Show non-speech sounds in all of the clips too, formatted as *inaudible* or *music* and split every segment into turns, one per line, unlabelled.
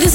this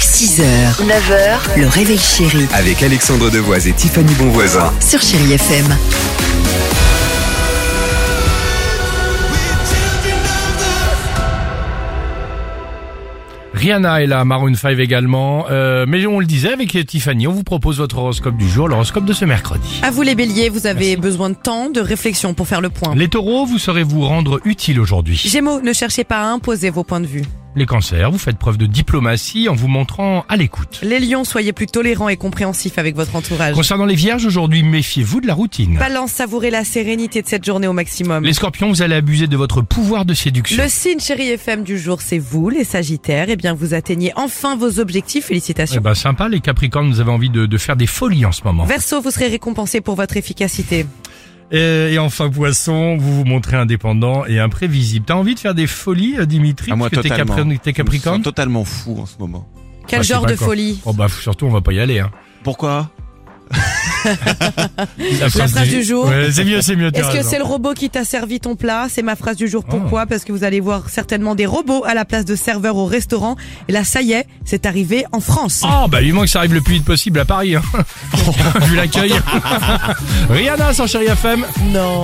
6h, 9h, le réveil chéri
avec Alexandre Devoise et Tiffany Bonvoisin.
sur Chérie FM.
Rihanna est là, Maroon 5 également. Euh, mais on le disait avec Tiffany, on vous propose votre horoscope du jour, l'horoscope de ce mercredi.
À vous les béliers, vous avez besoin de temps, de réflexion pour faire le point.
Les taureaux, vous saurez vous rendre utile aujourd'hui.
Gémeaux, ne cherchez pas à imposer vos points de vue.
Les cancers, vous faites preuve de diplomatie en vous montrant à l'écoute.
Les lions, soyez plus tolérants et compréhensifs avec votre entourage.
Concernant les vierges, aujourd'hui, méfiez-vous de la routine.
Balance, savourez la sérénité de cette journée au maximum.
Les scorpions, vous allez abuser de votre pouvoir de séduction.
Le signe chéri FM du jour, c'est vous, les sagittaires. Eh bien, vous atteignez enfin vos objectifs.
Eh
Félicitations.
ben, sympa, les capricornes, vous avez envie de, de faire des folies en ce moment.
Verseau, vous serez récompensé pour votre efficacité.
Et, et enfin, poisson, vous vous montrez indépendant et imprévisible. T'as envie de faire des folies, euh, Dimitri,
À Ah, moi,
parce que t'es
totalement.
capri- t'es
Je me
capricorne
sens totalement fou en ce moment.
Quel
Ah, je sais
genre
pas
de
quoi.
folie
Oh bah surtout on va pas y aller hein.
Pourquoi
La
phrase du jour.
Ouais, c'est mieux, c'est mieux. t'as
Est-ce que
raison.
c'est le robot qui t'a servi ton plat C'est ma phrase du jour.
Ah.
Pourquoi Parce que vous allez voir certainement des robots à la place de serveurs au restaurant. Et là, ça y est, c'est arrivé en France.
Oh bah il manque que ça arrive le plus vite possible à Paris hein. *laughs* Vu
*laughs*
l'accueil. Rihanna sans chéri FM.
Non,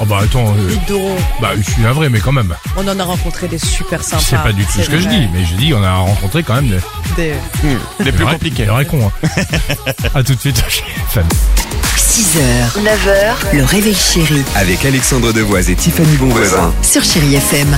Oh bah attends, euh,
dites donc,
bah je suis un vrai mais quand même.
on en a rencontré des super sympas.
C'est pas du tout
Ah, C'est
ce que je
vrai.
dis, mais je dis on a rencontré quand même des
Des-
Hmm, Les plus
vrais-
compliqués.
des vrais cons. Hein. *laughs* à tout de suite sur Chéri FM.
6h, 9h, le réveil chéri
Avec Alexandre Devoise et Tiffany Bonvoisin.
sur Chérie FM.